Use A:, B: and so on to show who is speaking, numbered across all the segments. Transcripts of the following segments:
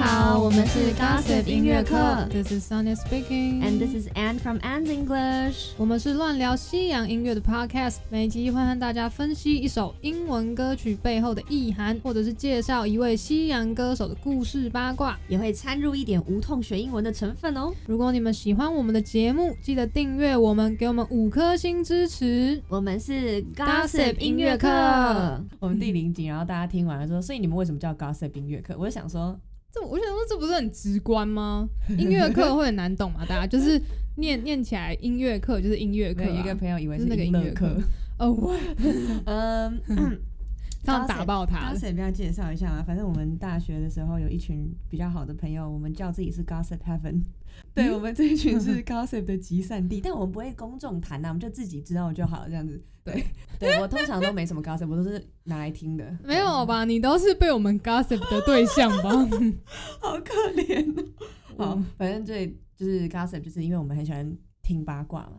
A: 好，我们是 Gossip 音乐课
B: ，This is Sonia
A: ，and
B: speaking，and
A: this is Anne from Anne's English。
B: 我们是乱聊西洋音乐的 Podcast，每集会和大家分析一首英文歌曲背后的意涵，或者是介绍一位西洋歌手的故事八卦。
A: 也会掺入一点无痛学英文的成分哦。
B: 如果你们喜欢我们的节目，记得订阅我们，给我们五颗星支持。
A: 我们是
B: Gossip 音乐课
C: 我们第零集，然后大家听完了说，所以你们为什么叫 gossip 音乐课？我就想说，
B: 这我想说，这不是很直 观吗？音乐课会很难懂嘛？大家就是念念起来，音乐课就是音乐课、
C: 对，有一个
B: 啊。
C: 朋友以为
B: 就是是那个
C: 音
B: 音
C: 乐
B: 乐
C: 课
B: 课，哦，我
C: 嗯，
B: 这样打爆他了。
C: gossip 要介绍一下嘛，反正我们大学的时候有一群比较好的朋友，我们叫自己是 gossip heaven，对、我们这一群 是 gossip 的集散地，但我们不会公众谈呐、我们就自己知道就好，这样子。对，对我通常都没什么 gossip，我都是拿来听的。
B: 没有吧？你都是被我们 gossip 的对象 吧？
C: 好可怜哦。
B: 嗯
C: 好，反正最就是 gossip，就是因为我们很喜欢听八卦嘛。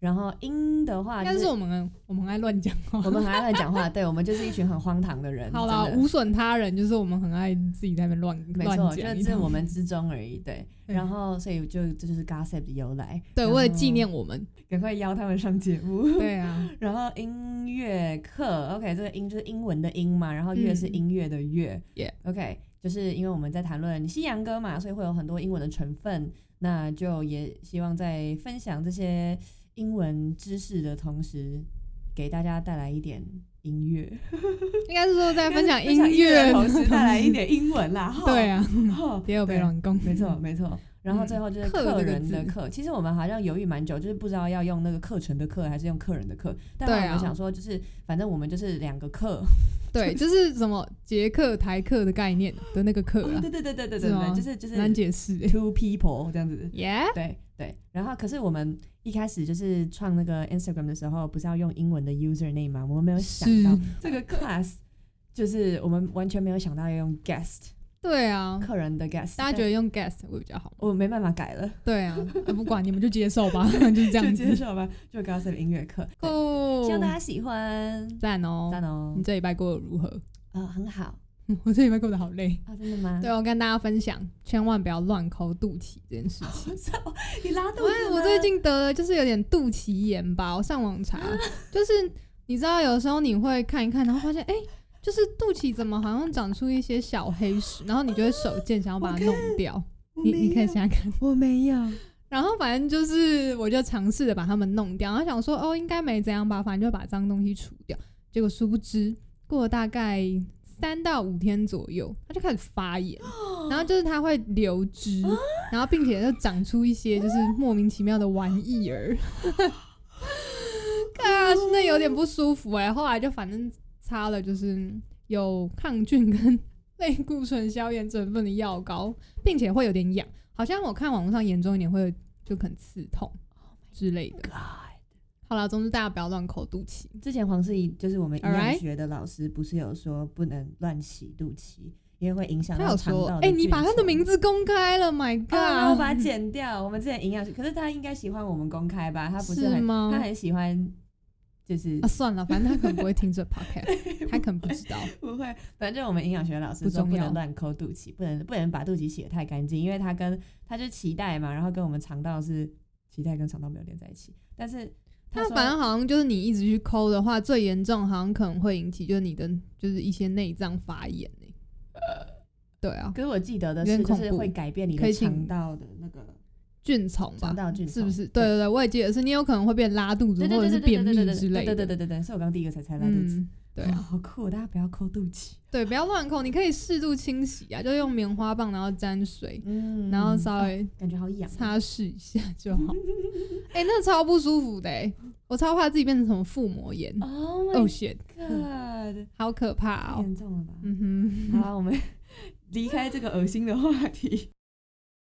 C: 然后音的话、
B: 但
C: 就是
B: 我们我们爱乱讲话。
C: 我们很爱乱 讲话，对我们就是一群很荒唐的人。
B: 好啦，
C: 真的
B: 无损他人，就是我们很爱自己在那边乱
C: 没
B: 乱
C: 错，
B: 讲
C: 就
B: 一
C: 是
B: 通。
C: 我们之中而已。对，
B: 嗯
C: 然后所以就这就是 gossip 的由来。
B: 对，
C: 然
B: 为了
C: 后
B: 纪念我们。
C: 赶快邀他们上节目。
B: 对啊，
C: 然后音乐课，OK，这个音就是英文的音嘛，然后乐
B: 嗯
C: 是音乐的乐、
B: Yeah
C: o k 就是因为我们在谈论西洋歌嘛，所以会有很多英文的成分，那就也希望在分享这些英文知识的同时，给大家带来一点音乐，
B: 应该是说在分享音乐
C: 乐的。同时带来一点英文啦，哈
B: 对，啊，
C: 哈
B: 别有被
C: 对
B: 乱攻。
C: 没错，没错。然后最后就是
B: 嗯客
C: 嗯客
B: 这个
C: 人的
B: 字
C: 客，其实我们好像犹豫蛮久，就是不知道要用那个课程的课还是用客人的课。但
B: 对
C: 我们
B: 啊
C: 想说，就是反正我们就是两个课，
B: 对，就是什么捷克台克的概念的那个克啊
C: 嗯对，对对对对对
B: 是
C: 对，
B: 吗
C: 就是就是
B: 难解释欸。
C: two people 这样子。
B: 耶，
C: 对对，然后可是我们一开始就是创那个 Instagram 的时候，不是要用英文的 username 吗？我们没有想
B: 是
C: 到这个 class，就是我们完全没有想到要用 guest
B: 对啊，
C: 客人的 guest，
B: 大家觉
C: 但
B: 得用 guest 会比较好。
C: 我没办法改了，
B: 对啊，呃不管你们就接受吧， 就是这
C: 就
B: 样
C: 接
B: 子。
C: 受吧，就 gossip 音乐课。对
B: 哦
C: 希，望大家喜欢，
B: 赞哦，
C: 赞哦
B: 你，这礼拜过得如何？
C: 呃，很好
B: 嗯我这礼拜过得好累。
C: 啊，真的吗？
B: 对，我跟大家分享，千万不要乱抠肚脐这件事 情。
C: 你拉肚
B: 我
C: 子
B: 我
C: 吗
B: 最近得了就是有点肚脐炎吧，我上网查， 就是你知道有时候你会看一看，然后发现哎、诶就是肚脐怎么好像长出一些小黑石，然后你就会手贱想要把它弄掉。
C: 我
B: 你
C: 没
B: 你可以
C: 有
B: 想想看。
C: 我没有，
B: 然后反正就是，我就尝试着把它们弄掉，然后想说哦，应该没怎样吧，反正就把脏东西除掉。结果殊不知，过了大概三到五天左右，它就开始发炎，然后就是它会流汁，然后并且就长出一些就是莫名其妙的玩意儿。啊，真的有点不舒服哎、后来就反正擦了就是有抗菌跟 类固醇消炎成分的药膏，并且会有点痒，好像我看网络上严重一点会有就很刺痛之类的。好啦，总之大家不要乱抠肚脐。
C: 之前黄世怡就是我们营
B: Alright
C: 养学的老师，不是有说不能乱洗肚脐，因为会影响
B: 他
C: 到
B: 有
C: 肠
B: 说
C: 道，的
B: 哎、你把他的名
C: 字。
B: 字公开了，My
C: 哦，那我
B: God，、
C: 把它剪掉。我们之前营养学，可是他应该喜欢我们公开吧？他不
B: 是
C: 很，
B: 吗
C: 他很喜欢，就是
B: 啊，算了，反正他可能不会听这 podcast，他可能不知道。
C: 不会，反正我们营养学老师
B: 不
C: 说
B: 重
C: 不能
B: 要
C: 乱抠肚脐，不能不能把肚脐洗得太干净，因为它跟它就脐带嘛，然后跟我们肠道是脐带跟肠道没有连在一起，但是
B: 他
C: 说
B: 反正好像就是你一直去抠的话，最严重好像可能会引起就是你的就是一些内脏发炎呢、对啊，
C: 可是我记得的
B: 有点
C: 是，就
B: 恐
C: 是
B: 怖
C: 会改变你
B: 可
C: 的
B: 以请
C: 肠道的那个
B: 菌虫吧
C: 肠，道菌，
B: 是不是？对
C: 对
B: 对对，我也记得是你有可能会变拉肚子
C: 对？对
B: 或者
C: 对
B: 是
C: 对
B: 便秘
C: 对对对
B: 之类的。
C: 对对对对对，是我刚刚第一个才猜拉肚子。
B: 嗯，对
C: 哇
B: 啊，
C: 好酷！大家不要抠肚脐，
B: 对，不要乱抠，你可以适度清洗啊，就用棉花棒，然后沾水，
C: 嗯
B: 然后稍微
C: 感觉好痒哦，
B: 擦拭一下就好。 哎、那超不舒服的、欸，我超怕自己变成什么腹膜炎，
C: Oh
B: 哦
C: my
B: 血，
C: god！
B: 好可怕
C: 太
B: 哦。
C: 严重了吧？
B: 嗯哼，
C: 好啦，我们离开这个恶心的话题。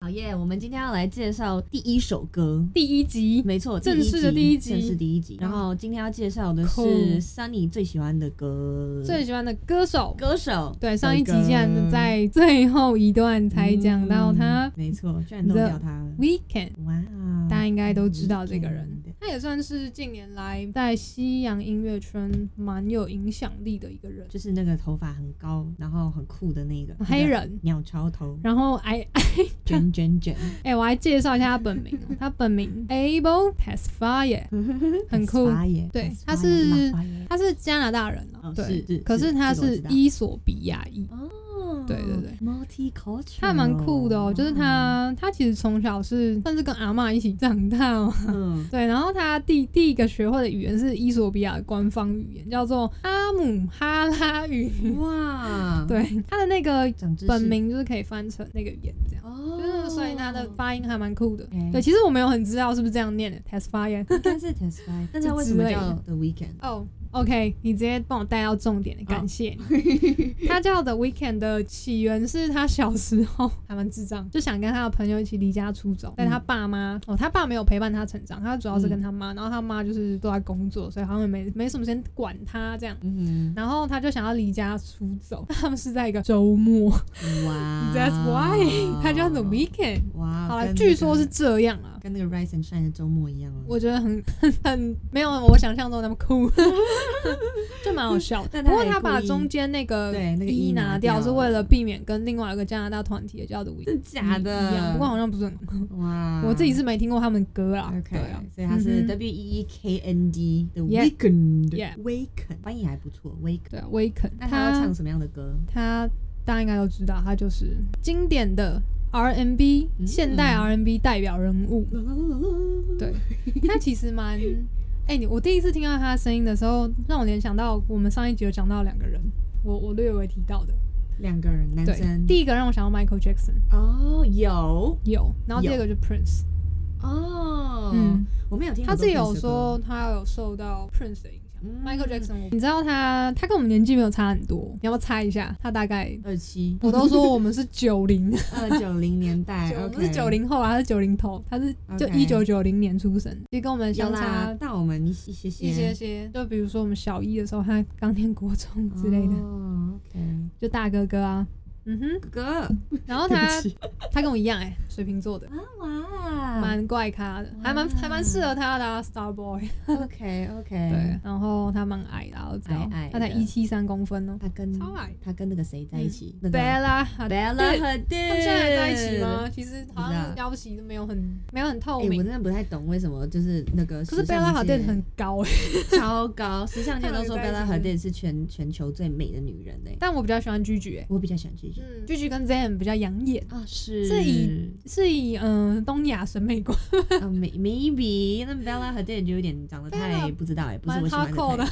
A: 好耶！我们今天要来介绍第一首歌，
B: 第一集
A: 没错，
B: 正式的
A: 第
B: 第
A: 一集
B: 一集
A: 正式第一集。然后今天要介绍的是
B: Cool
A: Sunny 最喜欢的
C: 嗯
A: 歌，
B: 最喜欢的歌手，
A: 歌手
B: 对，上一集
C: 那个
B: 竟然在最后一段才讲到他
C: 嗯没错，居然弄
B: The-
C: 掉他了。
B: Weekend，
C: 哇，
B: 大家应该都知道这个人。他也算是近年来在西洋音乐圈蛮有影响力的一个人，
C: 就是那个头发很高，然后很酷的那个
B: 黑人。
C: 鸟 巢头，
B: 然后哎
C: 卷卷卷，
B: 哎，我还介绍一下他本名 哦，他本名 Abel Tesfaye，很酷。
C: 撒野
B: 对
C: 撒野
B: 他是
C: 撒野
B: 他是加拿大人啊，
C: 哦
B: 对，
C: 是是
B: 可是
C: 是
B: 他
C: 这个我
B: 是
C: 知道
B: 伊索比亚裔，
D: 哦
B: 对对对
D: ，multicultural，
B: 他还蛮酷的哦，就是他他其实从小是算是跟阿嬷一起长大哦，
C: 嗯，
B: 对，然后他第第一个学会的语言是伊索比亚的官方语言，叫做阿姆哈拉语，
C: 哇，，
B: 对，他的那个
C: 长知识
B: 本名就是可以翻成那个语言这样。
D: 哦，
B: 就是，所以 他的发音还蛮酷的。
C: OK
B: 对，其实我没有很知道是不是这样念的 t e s f a y
C: 应该是 testify，但是他为什么叫 The Weekend？
B: 哦、o k 你直接帮我带到重点了，感谢你。 他叫 The Weekend 的起源是他小时候还蛮智障，就 想跟他的朋友一起离家出走，但他
C: 嗯
B: 爸妈哦，他爸没有陪伴他成长，他主要是跟他妈，然后他妈就是都在工作，所以他们没没什么时间管他这样。
C: 嗯
B: 然后他就想要离家出走， 他们是在一个周末
C: 哼，哇
B: ，That's why 他叫 The Weekend。
C: 哇，
B: 好了，
C: 啊跟
B: 据说
C: 那
B: 是
C: 个
B: 这样啊，
C: 跟那个 Rise and Shine 的周末一样哦。
B: 我觉得很 很很没有我想象中那么酷， 就蛮好笑的。
C: 但
B: 不
C: 他
B: 过
C: 也
B: 他把
C: 故意
B: 中间那个
C: 对那个
B: 一
C: E
B: 拿
C: 拿
B: 掉，
C: 掉
B: 是为了避免跟另外一个加拿大团体也叫 The Weeknd
C: 真假的
B: 一样，不过好像不是很酷。
C: 哇，
B: 我自己是没听过他们歌啦
C: OK，
B: 对啊，
C: 所以他是
B: 嗯哼
C: W E E K N D 的
B: Yeah
C: Weekend
B: Yeah
C: Weekend 翻译还不错，Weekend。
B: 对啊 Weekend，
C: 那他要
B: 他
C: 唱什么样的歌？
B: 他大家应该都知道，他就是经典的 R&B
C: 嗯
B: 现代 R&B 代表人物。
C: 啦啦啦啦
B: 对他其实蛮……哎、你我第一次听到他的声音的时候，让我联想到我们上一集有讲到两个人，我我略微提到的。
C: 两个人，男
B: 对，
C: 生。
B: 第一个让我想到 Michael Jackson
C: 哦，有
B: 有，然后第二个就 Prince，
C: 哦，
B: 嗯，
C: 我没有听。
B: 他自己有，说他有受到 Prince 的影响。
C: 嗯
B: Michael Jackson，我你知道他他跟我们年纪没有差很多，你要不要猜一 下？他大概
C: 二七
B: 我都说我们是九零，
C: 二九零年 代，
B: 我
C: 哎 OK
B: 们是九。零后啊，他是九零头，他是就
C: OK
B: 一九九零年出生，其实跟我们
C: 有
B: 相
C: 啦
B: 差，
C: 大我们一一些些
B: 一些些。就比如说我们小一的时候，他刚念国中之类的，
C: 哦，OK，
B: 就大哥哥啊，嗯哼。
C: 哥哥，
B: 然后
C: 对不
B: 他
C: 起啊
B: 他跟我一样哎、水瓶座的，
C: 哇
B: 蛮怪咖的，还蛮还蛮适合他的、啊、Star Boy。
C: ，OK OK，
B: 对，，然后他蛮矮的啊，我知道
C: 矮矮的嗯
B: 他才一七三公分哦。
C: 他跟
B: 超矮
C: 他跟那个谁在一起？那个
B: Bella，他们
C: Bella Hadid，
B: 现在还在一起吗？其实好
C: 嗯不知
B: 像
C: 道
B: 了不起都没有很没有很透
C: 哎，我
B: 明。
C: 真的不太懂为什么就是那个，
B: 可是 Bella 好像很高哎，
C: 超高，时尚界都说
B: 他们
C: Bella
B: 在一起
C: Hadid 是全全球最美的女人呢。欸
B: 但我比较喜欢 Gigi 哎，
C: 我比较喜欢这句
B: 嗯，Gigi 跟 Zayn 比较养眼，
C: 啊，是
B: 是以是以嗯东亚审美观
C: 啊，may- maybe 那 Bella Hadid 就有点长得太
B: Bella
C: 不知道哎，不是
B: 蛮
C: 我喜欢
B: hardcore 的
C: 的，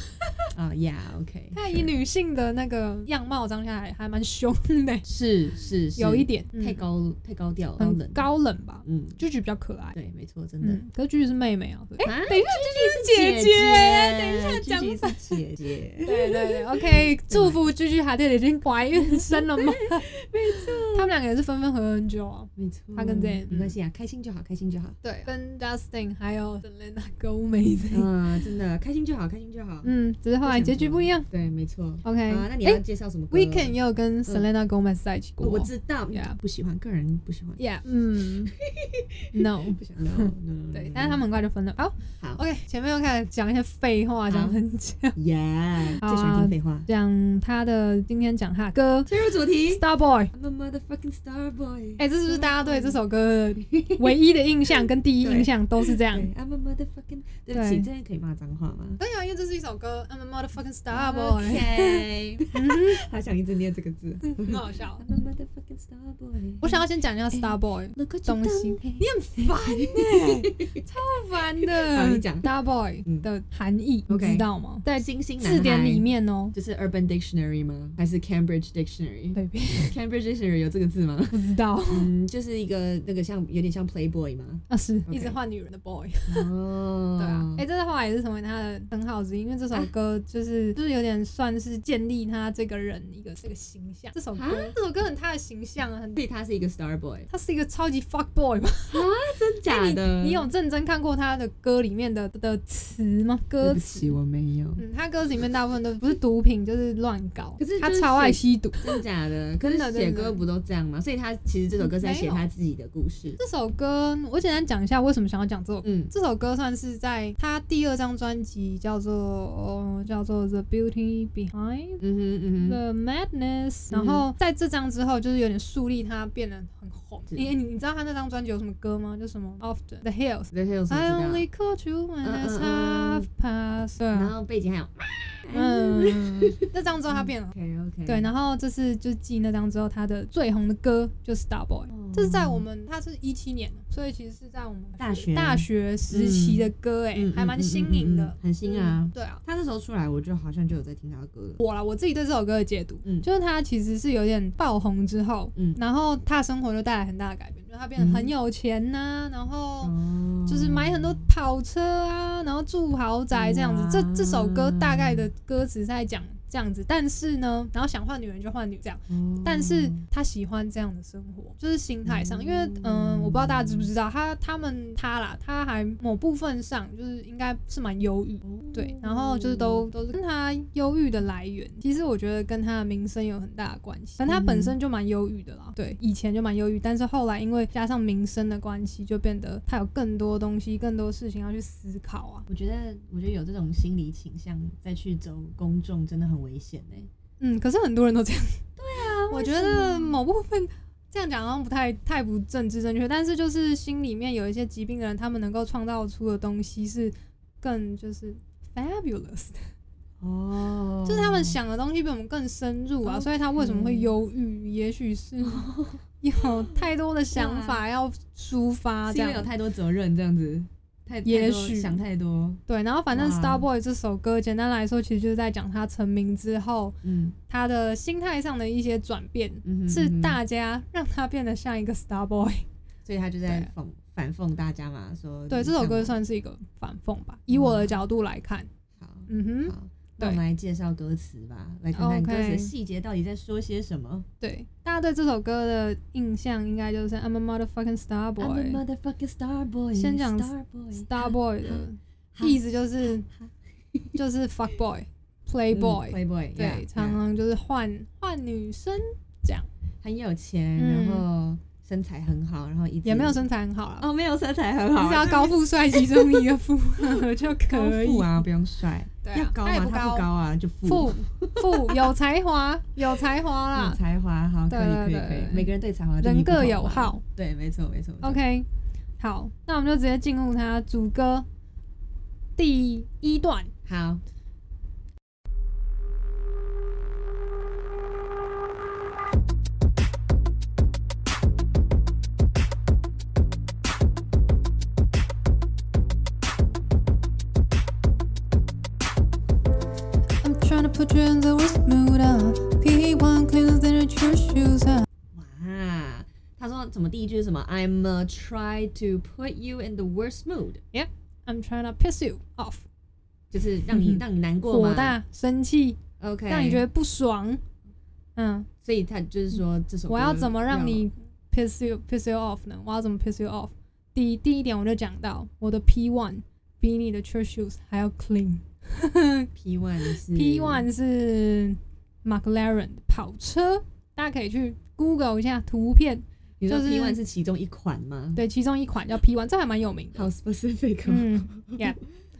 C: 啊，Yeah，OK，
B: 她以女性的那个样貌长相还还蛮凶的欸，
C: 是 是是
B: 有一点嗯
C: 太高太高调，高
B: 很
C: 冷，
B: 高冷吧。
C: 嗯，
B: Gigi 比较可爱。
C: 对，没错，真的。
B: 嗯，可是 Gigi 是妹妹啊。对
C: 啊
B: 等一下，Gigi 是姐
C: 姐，哎
B: 等一下讲反。
C: 是姐姐，
B: 对对对，OK，祝 福居居海蒂已经怀孕生了吗？没错，他们两个也是分分合合很久啊。
C: 没错，
B: 她跟 Zayn
C: 没关系啊，开心就好，开心 就好。
B: 对，跟 Justin 还有 Selena Gomez，
C: 嗯，真的，开心就好，开心就好。
B: 嗯，只是后来结局不一样。
C: 对，没错。
B: OK，
C: 啊，那你要介绍什么歌
B: Weekend 也有跟 Selena Gomez 在一起过。
C: 我知道
B: Yeah
C: 不喜欢，个人不喜欢，
B: ，Yeah，嗯 ，No，
C: 不喜欢。No, no, no,
B: 对
C: no,，
B: 但是他们很快就分了。好
C: 好
B: ，OK，前面又开始讲一些废话，
C: 嗯
B: 讲很久，
C: ，Yeah，
B: 好
C: 最喜欢听废话。
B: 讲他的今天讲他的歌
C: 切入主题
B: Star Boy。
C: ，I'm a motherfucking star boy。
B: 哎、这是不是大家对这首 歌的唯一的印象跟第一印象都是这样？
C: 对，I'm a motherfucking。对不起，
B: 对
C: 这样可以骂脏话吗
B: 对啊，因为这是一首歌，I'm a motherfucking star boy，
C: ？OK，
B: 嗯哼
C: 他想一直念这个字。
B: 很好笑。
C: I'm a motherfucking star boy。
B: 嗯我想要先讲一下 star boy，
C: Look what
B: 东
C: you
B: 西
C: done.
B: 哎你很烦欸呢、 超烦
C: 好
B: 的。
C: 你讲
B: star boy
C: 嗯
B: 的含义，你
C: OK
B: 知道吗？
C: 在星星男
B: 字典里
C: 孩
B: 面哦，
C: 就是 Urban Dictionary 吗？还是 Cambridge Dictionary？Cambridge
B: 对，不
C: Dictionary 有这个字吗？
B: 不知 道
C: 嗯，就是一个那个像有点像 Playboy 嘛。
B: 啊，是
C: OK
B: 一直换女人的 boy，
C: 哦
B: 对啊，哎、这个后来也是成为他的很好之一，因为这首歌就是就是有点算是建立他这个人一个这个形象。这首歌
C: 啊
B: 这首歌很他的形象啊，很
C: 所以他是一个 star boy，
B: 他是一个超级 fuck boy 嘛。
C: 真的假的？
B: 你有认真看过他的歌里面的的词吗？歌
E: 对不
B: 词
E: 起，我没有。
B: 嗯，他歌词里面大部分都不是毒品就是乱搞，
C: 可是
B: 他
C: 就是
B: 超爱吸毒。
C: 真的假的？可是
B: 真的
C: 写
B: 真的
C: 歌不都这样吗？所以他其实这首歌是在写
B: 没有
C: 他自己的故事。
B: 这首歌我简单讲一下为什么想要讲这首歌。
C: 嗯，
B: 这首歌算是在他第二张专辑叫做、哦、叫做《The Beauty Behind
C: 嗯哼嗯哼，
B: The Madness、
C: 嗯
B: 然后在这张之后，就是有点树立他变得很红。
C: 是
B: 你你你知道他那张专辑有什么歌吗？就什么 Often The Hills。
C: 这些有什
B: I
C: 么知
B: only
C: 道？
B: caught you when
C: 嗯
B: it's
C: 嗯
B: half past。对
C: 然
B: 啊，
C: 后背景还有
B: 嗯，那张之后他变 了。
C: OK OK，
B: 对，然后这是就继那张之后，他的最红的歌就是《Star Boy》，这是在我们他是一七年，所以其实是在我们
E: 大学
B: 大学时期的歌、哎、
C: 嗯
B: 还蛮新颖的。
C: 嗯嗯嗯嗯很新啊
B: 嗯。对啊，
C: 他那时候出来，我就好像就有在听他的歌了。
B: 我啦，我自己对这首歌的解读，
C: 嗯
B: 就是他其实是有点爆红之后，
C: 嗯
B: 然后他的生活就带来很大的改变，就是他变得很有钱呐、然后
C: 哦
B: 就是买很多跑车啊，然后住豪宅这样子。这这首歌大概的歌词是在讲这样子，但是呢，然后想换女人就换女这样。
C: 哦
B: 但是他喜欢这样的生活，就是心态上，因为嗯、我不知道大家知不知道，他他们他啦，他还某部分上就是应该是蛮忧郁，对，然后就是都都是跟他忧郁的来源，其实我觉得跟他的名声有很大的关系，反正他本身就蛮忧郁的啦，对，以前就蛮忧郁，但是后来因为加上名声的关系，就变得他有更多东西、更多事情要去思考啊，
C: 我觉得，我觉得有这种心理倾向再去走公众真的很危险哎、
B: 嗯，可是很多人都这样。对啊，我
C: 为
B: 觉
C: 什
B: 得某部分这样讲好像不太太不政治正确，但是就是心里面有一些疾病的人，他们能够创造出的东西是更就是 fabulous 的，
C: 哦嗯
B: 就是他们想的东西比我们更深入啊，所以他为什么会忧郁，也许 是有太多的想法要抒发，
C: 是
B: 啊这
C: 因为有
B: 样
C: 太多责任这样子，太太多
B: 也许
C: 想太多，
B: 对。然后反正《
C: 哇
B: Star Boy》这首歌，简单来说，其实就是在讲他成名之后
C: 嗯
B: 他的心态上的一些转变。
C: 嗯哼
B: 是
C: 嗯哼，
B: 大家让他变得像一个 star boy。
C: 所以他就在讽反讽大家嘛，说
B: 对，
C: 你
B: 这
C: 看
B: 首歌
C: 我
B: 算是一个反讽吧，以我的角度来看，
C: 好，
B: 嗯哼，
C: 嗯好，那我
B: 对
C: 们来介绍歌词吧，来看看歌
B: OK
C: 词的细节到底在说些什么。
B: 对，大家对这首歌的印象应该就是 I'm a motherfucking star
C: I'm a
B: boy。
C: motherfucking 嗯 star boy，
B: 先讲
C: star boy，
B: star boy 的
C: 哈
B: 意思就是就是 fuck boy、
C: 嗯
B: playboy，
C: playboy，
B: 对，啊
C: yeah，
B: 常
C: yeah
B: 常就是换换女生，
C: 很有钱，
B: 嗯
C: 然后身材很好，然后一直
B: 也没有身材很好啦，
C: 哦，没有身材很好，
B: 你只要高富帅其中一个 富就
C: 高
B: 可以
C: 富。啊，不用帅，
B: 对
C: 要
B: 啊，
C: 高
B: 他也
C: 吗？
B: 不
C: 他不高
B: 高，
C: 啊，就富。
B: 富富有才华，有才华啦
C: 有，才华，好，可以，
B: 对
C: 可以，
B: 对
C: 可以
B: 对，
C: 每个人啊对才华定义
B: 人
C: 不同
B: 各有
C: 嘛。
B: 好。
C: 对，没错，没错。没错
B: OK，好，那我们就直接进入它主歌第一段。
C: 好，
B: I'm trying to put you in the worst mood. uh, P1 cleaner than your shoes. uh.
C: 哇，他说怎么第一句是什么？I'm uh, try to put you in the worst mood，
B: I'm trying to piss you off，
C: 就是让你
B: 嗯哼
C: 让你难过嘛
B: 火大、生气，
C: ，OK，
B: 让你觉得，不爽。嗯，
C: 所以他就是说这首歌
B: 我要怎么让你 piss you piss you off 呢？我要怎么 piss you off？第一第一点我就讲到，我的 P1 比你的 church shoes 还要 clean。
C: P one 是
B: P one 是 McLaren 的跑车，大家可以去 Google 一下图片，
C: 你说
B: 就是
C: P one 是其中一款吗？
B: 对，其中一款叫 P one，这还蛮有名的。
C: 好 specific，哦
B: 嗯，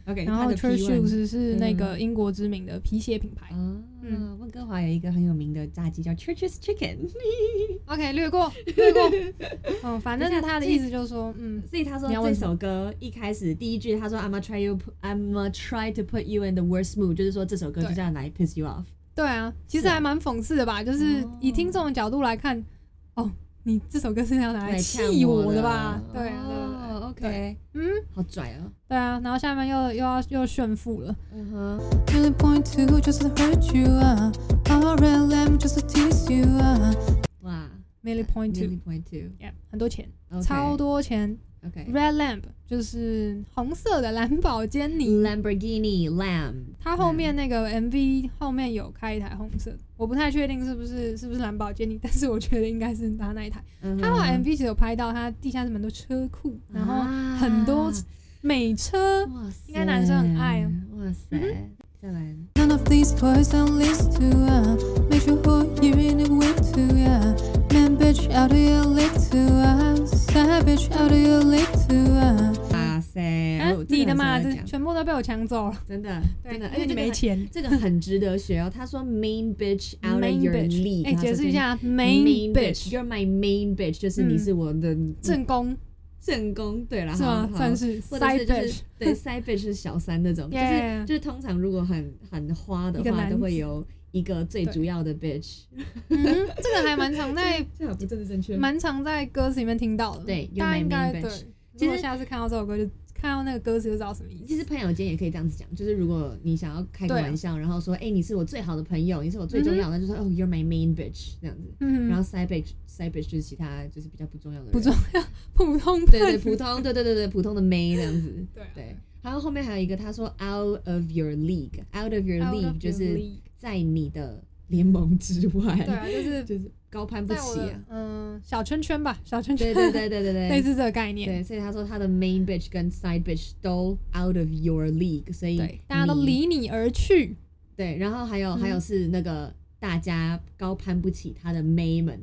C: ，OK，
B: 然后
C: 他的
B: Church
C: P one。嗯
B: Shoes 是那个英国知名的皮鞋品 牌。
C: 啊
B: 嗯，
C: 温哥华有一个很有名的炸鸡叫 Church's Chicken，
B: OK，略过，略 过。嗯，反正他的意思就是说，嗯，
C: 所以他说
B: 你要问
C: 这
B: 什么
C: 首歌一开始第一句，他说 I'm a try you I'm a try to put you in the worst mood，就是说这首歌
B: 对
C: 就是要来 piss you off。
B: 对啊，其
C: 是
B: 实
C: 啊
B: 还蛮讽刺的吧，就是以听众的角度来看，哦，你这首歌是要拿来气我的吧？对啊，对啊对啊
C: 哦，OK，
B: 嗯，
C: 好拽哦，
B: 对啊。然后下面又又要又炫富了。
C: 嗯哼，
B: Really point to just to hurt you, uh. Alright, let me just to tease you, uh.
C: 哇
B: Really point
C: ，Milly
B: to,
C: Point Two，
B: yeah，很多钱
C: OK
B: 超多钱。
C: OK。
B: Red lamp 就是红色的蓝宝坚尼，
C: Lamborghini Lamb，
B: 它后面那个 MV 后面有开一台红色的，我不太确定是不是是不是蓝宝坚尼，但是我觉得应该是它那一台。
C: 嗯啊
B: 它后来
C: 哼
B: MV 其实有拍到它地下室蛮多车库，然后很多美车。
C: 哇塞
B: 应该男生很爱啊。
C: 哇塞，再来
B: None of these toys don't list to uh Make sure for you in a way to uh Man bitch out of your league to uh Savage out of your league to uh
C: 哇塞，
B: 啊
C: 哦，
B: 你的嘛，
C: 这
B: 这
C: 个很适合讲
B: 全部都被我抢走了，
C: 真的
B: 对，
C: 真的，而
B: 因为
C: 且
B: 你
C: 这个
B: 没钱。
C: 很这个很值得学哦。他说 main bitch out of
B: Main
C: your
B: bitch
C: league，
B: 哎，
C: 他说
B: 解释一下
C: ，main
B: main bitch
C: bitch，you're my main bitch，就是你
B: 嗯
C: 是我的
B: 正宫
C: 正宫，对了，
B: 是
C: 好
B: 吗？
C: 好
B: 算是
C: 或者
B: side
C: 是就是
B: bitch，
C: 对 side bitch 是小 三那种，就
B: Yeah
C: 是就是通常如果很很花的
B: 一个
C: 话，
B: 男
C: 都会
B: 子
C: 有一个最
B: 对
C: 主要 的 bitch，
B: 嗯哼，这个还蛮常 在
C: 这好不政治正确
B: 蛮常在歌词里面听到的。
C: 对
B: 大家
C: You're my
B: 应该
C: main
B: 对
C: bitch。
B: 如果
C: 其实
B: 下次看到这首歌，就看到那个歌词就知道什么意思。
C: 其实朋友间也可以这样子讲，就是如果你想要开个
B: 对啊
C: 玩笑，然后说，哎、你是我最好的朋友，你是我最重要的，那就说，哦，you're my main bitch 这样子。
B: 嗯，
C: 然后 side bitch side bitch 就是其他就是比较不重要的人，
B: 不重普通
C: 对 对
B: 朋
C: 普通对对对对普通的 main 这样 子。
B: 对啊
C: 对，然后后面还有一个他说 out of your league，out of your
B: Out of
C: league 就
B: your
C: 是
B: league
C: 在你的联盟之外，
B: 对啊，就是
C: 就是高攀不
B: 在我
C: 起
B: 的
C: 啊。
B: 嗯、小圈圈吧，小圈
C: 对
B: 圈，
C: 对对对
B: 类
C: 对对。
B: 似这个概念。
C: 对，所以他说他的 main bitch 跟 side bitch 都 out of your league，所以
B: 对，大家都
C: 你
B: 离你而去。
C: 对，然后还有、还有
B: 嗯
C: 是那个大家高攀不起他的妹们，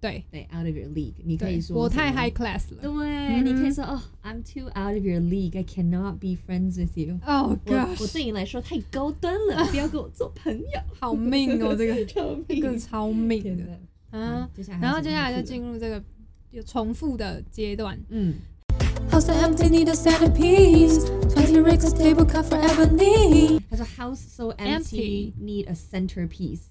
B: 对，
C: 对，out of your league，你可
B: 对
C: 以说
B: 我
C: 什
B: 太
C: 么
B: high class 了。
C: 对，你可以
B: 嗯
C: 说哦、i m too out of your league, I cannot be friends with you。
B: Oh
C: 我我
B: gosh，
C: 对啊你来说太高端 了，不要跟我做朋友。
B: 好命哦，这 个
C: 救
B: 这个
C: 命！
B: 超命
C: 天
B: 的
C: 哪！
B: 啊。
C: 嗯接下来还
B: 然
C: 有
B: 后
C: 什
B: 接
C: 么
B: 下来
C: 故
B: 就
C: 事
B: 进入这个有重复的阶段。
C: 嗯
F: House so empty, need a centerpiece. 20 rigs, a table cut forever need.
C: 他说 house so empty, need a centerpiece。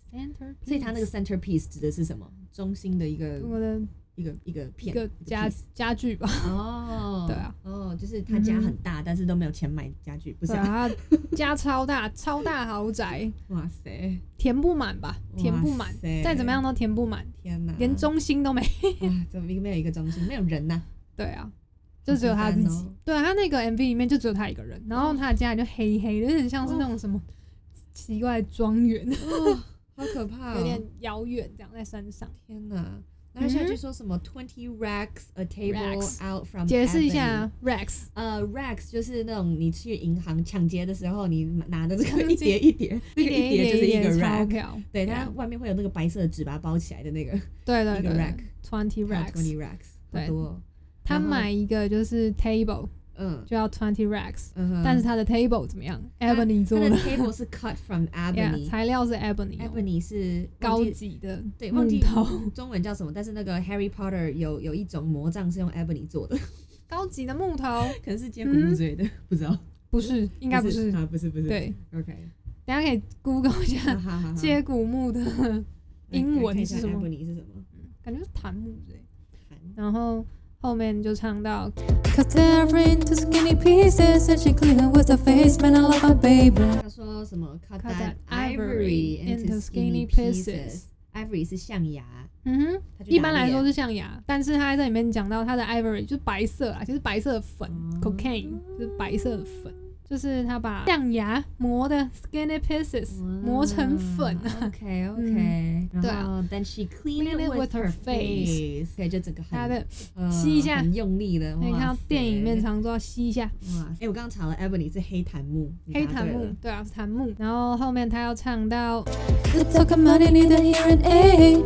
C: 所以他那个 centerpiece 指的是什么？中心的一个
B: 我的
C: 一个一个
B: 一
C: 片
B: 个家
C: piece
B: 家具吧，
C: 哦，
B: 对啊，
C: 哦，就是他
B: 嗯
C: 家
B: 哼
C: 很大，但是都没有钱买家具，不是
B: 对
C: 啊？
B: 啊，他家超大，超大豪宅，
C: 哇塞，
B: 填不满吧，填不满
C: 哇，塞嗯
B: 再怎么样都填不满，
C: 天哪，
B: 连中心 都没
C: 哇，怎么没有一个中心，没有人呐？
B: 对啊，就只有他自
C: 好孤
B: 己。
C: 单哦哦
B: 对他那个 MV 里面就只有他一个人，然后他的家里就黑黑的，有点像是那种什么奇怪的庄园，
C: 哦，好可怕哦，
B: 有点遥远，这样在山上。
C: 天哪！然后下去说什么 twenty racks a table
B: 嗯 Racks
C: out from？
B: 解释一
C: Avenue
B: 下。，Rex
C: 呃，racks 就是那种你去银行抢劫的时候，你拿的这个
B: 抢
C: 一
B: 劫
C: 叠一叠，这个
B: 点
C: 叠就 是
B: 一
C: 一个
B: 点钞
C: rack。
B: 票，
C: 对，它外面会有那个白色的纸把它包起来的那个，
B: 对对
C: 一个
B: 对
C: rack，
B: ，twenty
C: 还有 twenty
B: Rex。
C: racks，好
B: 对
C: 多哦。
B: 他
C: 然后
B: 买一个就是 table
C: 嗯
B: 就要 twenty Rex，
C: 嗯哼，
B: 但是他的 table 怎么样
C: 它
B: ？Ebony
C: 它
B: 做
C: 的
B: 的
C: table 是 cut from
B: ，yeah，
C: ebony，ebony
B: 材料是 Ebony，哦
C: 是
B: 高
C: 忘记
B: 级的
C: 对，
B: 木
C: 忘记
B: 头，
C: 中文叫什么，但是那个 Harry Potter 有有一种魔杖是用 ebony 做的，
B: 高级的木头，
C: 可能是接
B: 嗯
C: 骨木之类的，不知道，
B: 不是，应该不是。
C: 啊，不是不嗯是，
B: 对，
C: ，OK，
B: 等一下可以 Google 一
C: 哈
B: 下
C: 哈哈哈
B: 接骨木的英文是什么
C: e b o n y 是什么？
B: 感觉是檀木之类的。
C: 韩
B: 然后后面就唱到
F: Cut her into skinny pieces, and she clean with her face. Man, I love my baby.
C: 他说什么？Cut
B: Cut
C: that
B: that ivory
C: ivory into
B: into
C: skinny
B: skinny
C: pieces。Ivory 是象牙，
B: 嗯哼，
C: 它去
B: 一
C: 打
B: 般来
C: 猎
B: 说是象牙，但是他还在里面讲到他的 ivory 就是白色啊，就是白色的粉、
C: 哦
B: c o c a i n e 就是白色的粉，就是他把象牙磨的 skinny pieces 磨成粉啊，
C: 哇 OK OK，
B: 对
C: 然后
B: 啊
C: then she cleaned
B: Clean
C: it
B: it
C: with
B: with her
C: her face，对，就整个
B: 他
C: 很
B: 的
C: 呃
B: 吸一下
C: 很用力的。
B: 你
C: 哇
B: 看到
C: 塞
B: 电影里面常说要吸一下
C: 哇塞，哎，我刚刚查了，ebony 是黑檀木，你
B: 黑
C: 答
B: 檀
C: 对
B: 木
C: 了，
B: 对啊，是檀木。然后后面他要唱到
F: They're talking money, need a hearing aid.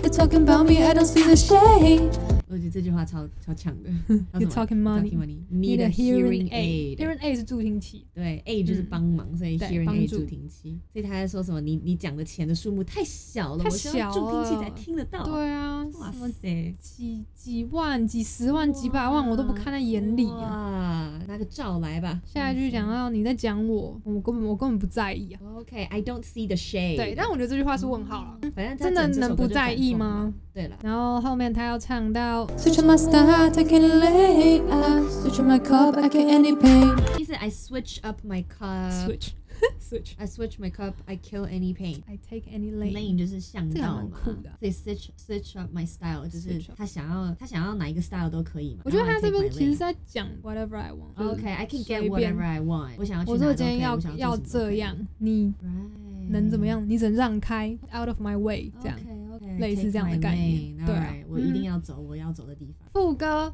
F: They're talking about me, I don't see the shade.
C: 我觉得这句话超超强 的。他
B: You
C: 什么
B: talking money,
C: need a hearing aid。
B: hearing aid 是助听器，
C: 对，A 就是
B: 嗯
C: 帮忙，所以
B: 对
C: hearing
B: 帮
C: aid
B: 助
C: 助听器。所以他在说什么？你你讲的钱的数目太小了，
B: 太
C: 我需要
B: 小
C: 助听器
B: 了
C: 才听得到。，
B: 对啊，
C: 哦哇
B: 什么
C: 塞，
B: 几几万、几十万、几百万，我都不看在眼里啊。
C: 啊！哇，拿个照来吧。
B: 下一句讲到你在讲我，我根本我根本不在意啊。
C: ，OK，I don't see the shade。
B: 对，但我觉得这句话是问号了。
C: 反正他
B: 真的
C: 整这首
B: 能
C: 歌
B: 不
C: 就
B: 在
C: 反
B: 意
C: 讽
B: 吗
C: 嘛？对了，
B: 然后后面他要唱到
F: Switching my style, taking it late. I switching my cup, I get any pain.
C: 其实 I switch up my cup
B: switch， switch。
C: I switch my cup, I kill any pain.
B: I take any lane。
C: Lane 就是向
B: 这个
C: 导
B: 蛮
C: 嘛
B: 酷的啊，
C: 所以 switch switch up my style 就是
B: Switch up
C: 他想要他想要哪一个 style 都可以嘛。
B: 我觉得
C: 然
B: 他
C: 后
B: 这
C: I take my
B: 边其实
C: lane
B: 是在讲 whatever I want。
C: OK, I can
B: 随
C: get
B: 便
C: whatever I 嗯 want。我想要去
B: 我
C: 哪
B: 说
C: 都
B: 今
C: 可
B: 天
C: 以，
B: 要
C: 我想
B: 要
C: 做什么都
B: 这
C: 可以
B: 样，你
C: Right
B: 能怎么？样？你只能让开，out of my way 这样。
C: OK OK，
B: 类似这样的概念对啊
C: 我一
B: 嗯
C: 定要走我要走的地方。
B: 副歌，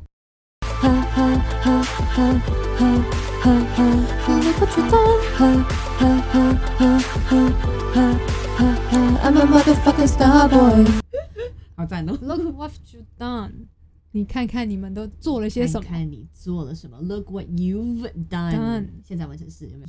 F: I'm a motherfucking star boy.
C: 好赞哦！
B: Look what you done！你看看你们都做了些什么？
C: 看你做了什么？Look what you've done。
B: Done
C: 现在完成式有没有、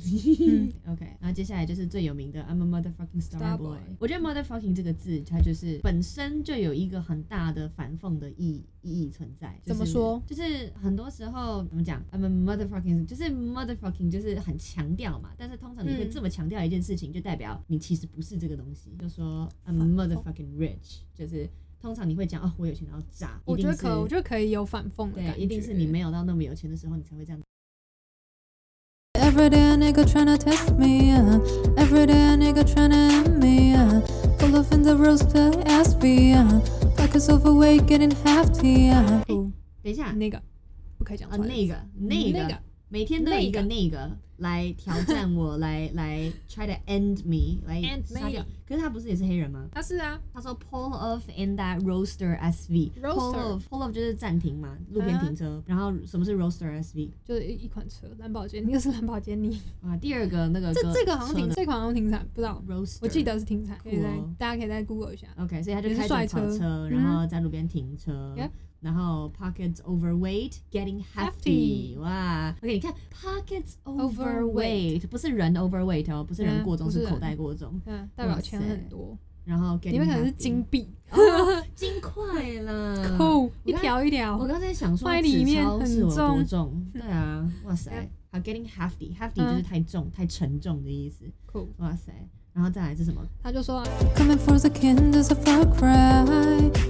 B: 嗯
C: o k 然后接下来就是最有名的 I'm a motherfucking
B: Star
C: star
B: boy
C: boy。我觉得 motherfucking 这个字，它就是本身就有一个很大的反讽的意意义存在。就是
B: 怎么说？
C: 就是很多时候怎么讲，I'm a motherfucking，就是 motherfucking 就是很强调嘛。但是通常你会
B: 嗯
C: 这么强调一件事情，就代表你其实不是这个东西。就说 I'm a motherfucking rich，就是。通常你会讲哦，我有钱到炸，
B: 我
C: 一
B: 觉得
C: 定
B: 可，
C: 是
B: 我觉得可以有反讽的
C: 对
B: 感，觉。
C: 一定是你没有到那么有钱的时候，你才会这样。
F: Every day a nigga tryna test me. Uh. Every day a nigga tryna end me. Uh. Full of in the roast to ask me. Uh. Like it's overweight, getting half tea. Uh.
B: 不
C: 等一下，
B: 那个不可以讲
C: 啊，
B: 错的
C: 那个那
B: 嗯那
C: 个，每天都有一个那个来挑 战我，来来 try to end me，来
B: End
C: 杀掉
B: me。
C: 可是他不是也是黑人吗？
B: 他是啊，
C: 他说 pull off in that roaster SV。pull
B: Roaster 啊
C: off pull off 就是暂停嘛，路边停车。然后什么是 roaster SV？
B: 就是一一款车，兰博基尼，那个是兰博基尼。
C: 啊，第二个那 个
B: 这
C: 歌
B: 这个好像
C: 车
B: 停，
C: 呢
B: 这款好像停产，不知道，
C: roaster，
B: 我记。得是停产，
C: 酷
B: 可
C: 哦
B: 以在大家可以再 Google 一下。
C: OK，所以他就
B: 也是
C: 开
B: 帅
C: 着跑
B: 车嗯
C: 车，然后在路边停车
B: Yep，
C: 然后 pockets overweight，getting
B: Hefty
C: hefty，哇，OK，你看 pockets
B: Overweight
C: overweight，不是人 overweight 哦，不是
B: 嗯
C: 人过重，
B: 不是
C: 是口
B: 人
C: 袋过重，
B: 嗯，代表
C: 哇
B: 钱
C: 塞
B: 很多，
C: 然后 getting
B: 里面可能是
C: hefty
B: 金币，
C: 哦金块啦，
B: 酷，一嗯
C: 我刚
B: 条一
C: 我
B: 条。
C: 刚才想说
B: 放在里
C: 纸
B: 面
C: 钞
B: 很
C: 是有多
B: 重嗯
C: 重，对啊，哇塞
B: Yep，
C: 好 getting hefty，hefty 就
B: 嗯
C: 是太重、太沉重的意思，
B: 酷，
C: 哇塞，然后再来是什么？
B: 他就说啊
F: Coming for the kind is a far cry.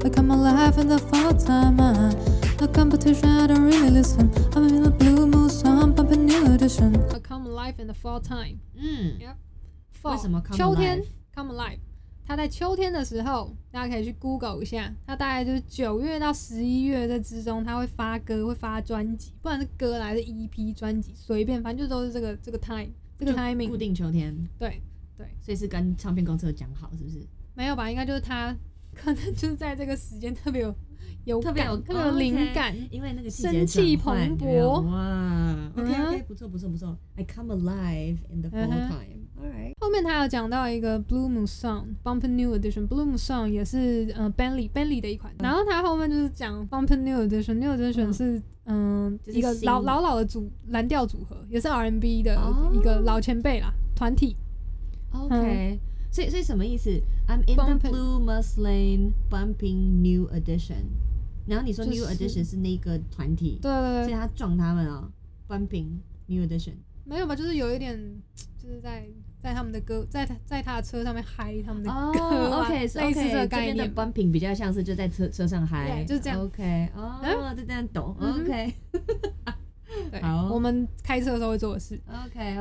F: We come alive in the fall time. Uh. No competition, I don't really listen. I'm in the blue moon, so I'm pumping new edition.
B: ，A come alive in the fall time。
C: 嗯
B: Yep，
C: 为什么 come
B: 秋天
C: alive？
B: come alive？它在秋天的时候，大家可以去 Google 一下，它大概就是九月到十一月这之中，它会发歌，会发专辑，不管是歌啦还是 EP 专辑，随便，反正就都是这个这个 time 这个
C: 就固
B: timing。
C: 定秋天，
B: 对，
C: 所以是跟唱片公司有讲好，是不是？
B: 没有吧？应该就是它可能就是在这个时间特别有有
C: 特别
B: 感
C: 有
B: 特别有
C: 哦
B: 灵
C: OK
B: 感。
C: 因为那个
B: 生气蓬勃
C: 哇，OK
B: 嗯
C: OK，不错不错不错，I come alive in the
B: 嗯
C: fall
B: 哼
C: time，all right，
B: 后面他有讲到一个 Blue Moon Song Bump New Edition Blue Moon Song 也是呃 Bentley Bentley 的一款，然后他后面就是讲 Bump New Edition New Edition
C: 嗯
B: 是嗯、
C: 就是
B: 一个
C: 新
B: 老老老的组蓝调组合，也是 R&B 的
C: 哦
B: 一个老前辈啦团体，
C: OK，、所嗯以所以什么意思？I'm in the
B: Bumping
C: blue muslin bumping new edition。然后你说
B: 就
C: new
B: 是
C: edition 是那个团体，
B: 对对
C: 所以
B: 对，
C: 他撞他们啊、bumping new edition。
B: 没有吧，就是有一点就是在在他们的歌在在他的车上面嗨他们
C: 哦
B: 的歌啊、
C: ，OK，
B: 类似这个概
C: 这边
B: 念
C: 的
B: 吧。
C: bumping 比较像是就在车车上嗨，
B: 对就是这样
C: OK，哦，就这样懂
B: 嗯哼
C: ，OK，OK，OK，、
B: 对，
C: 好
B: 我们开车的时候会做的事。
C: 了解。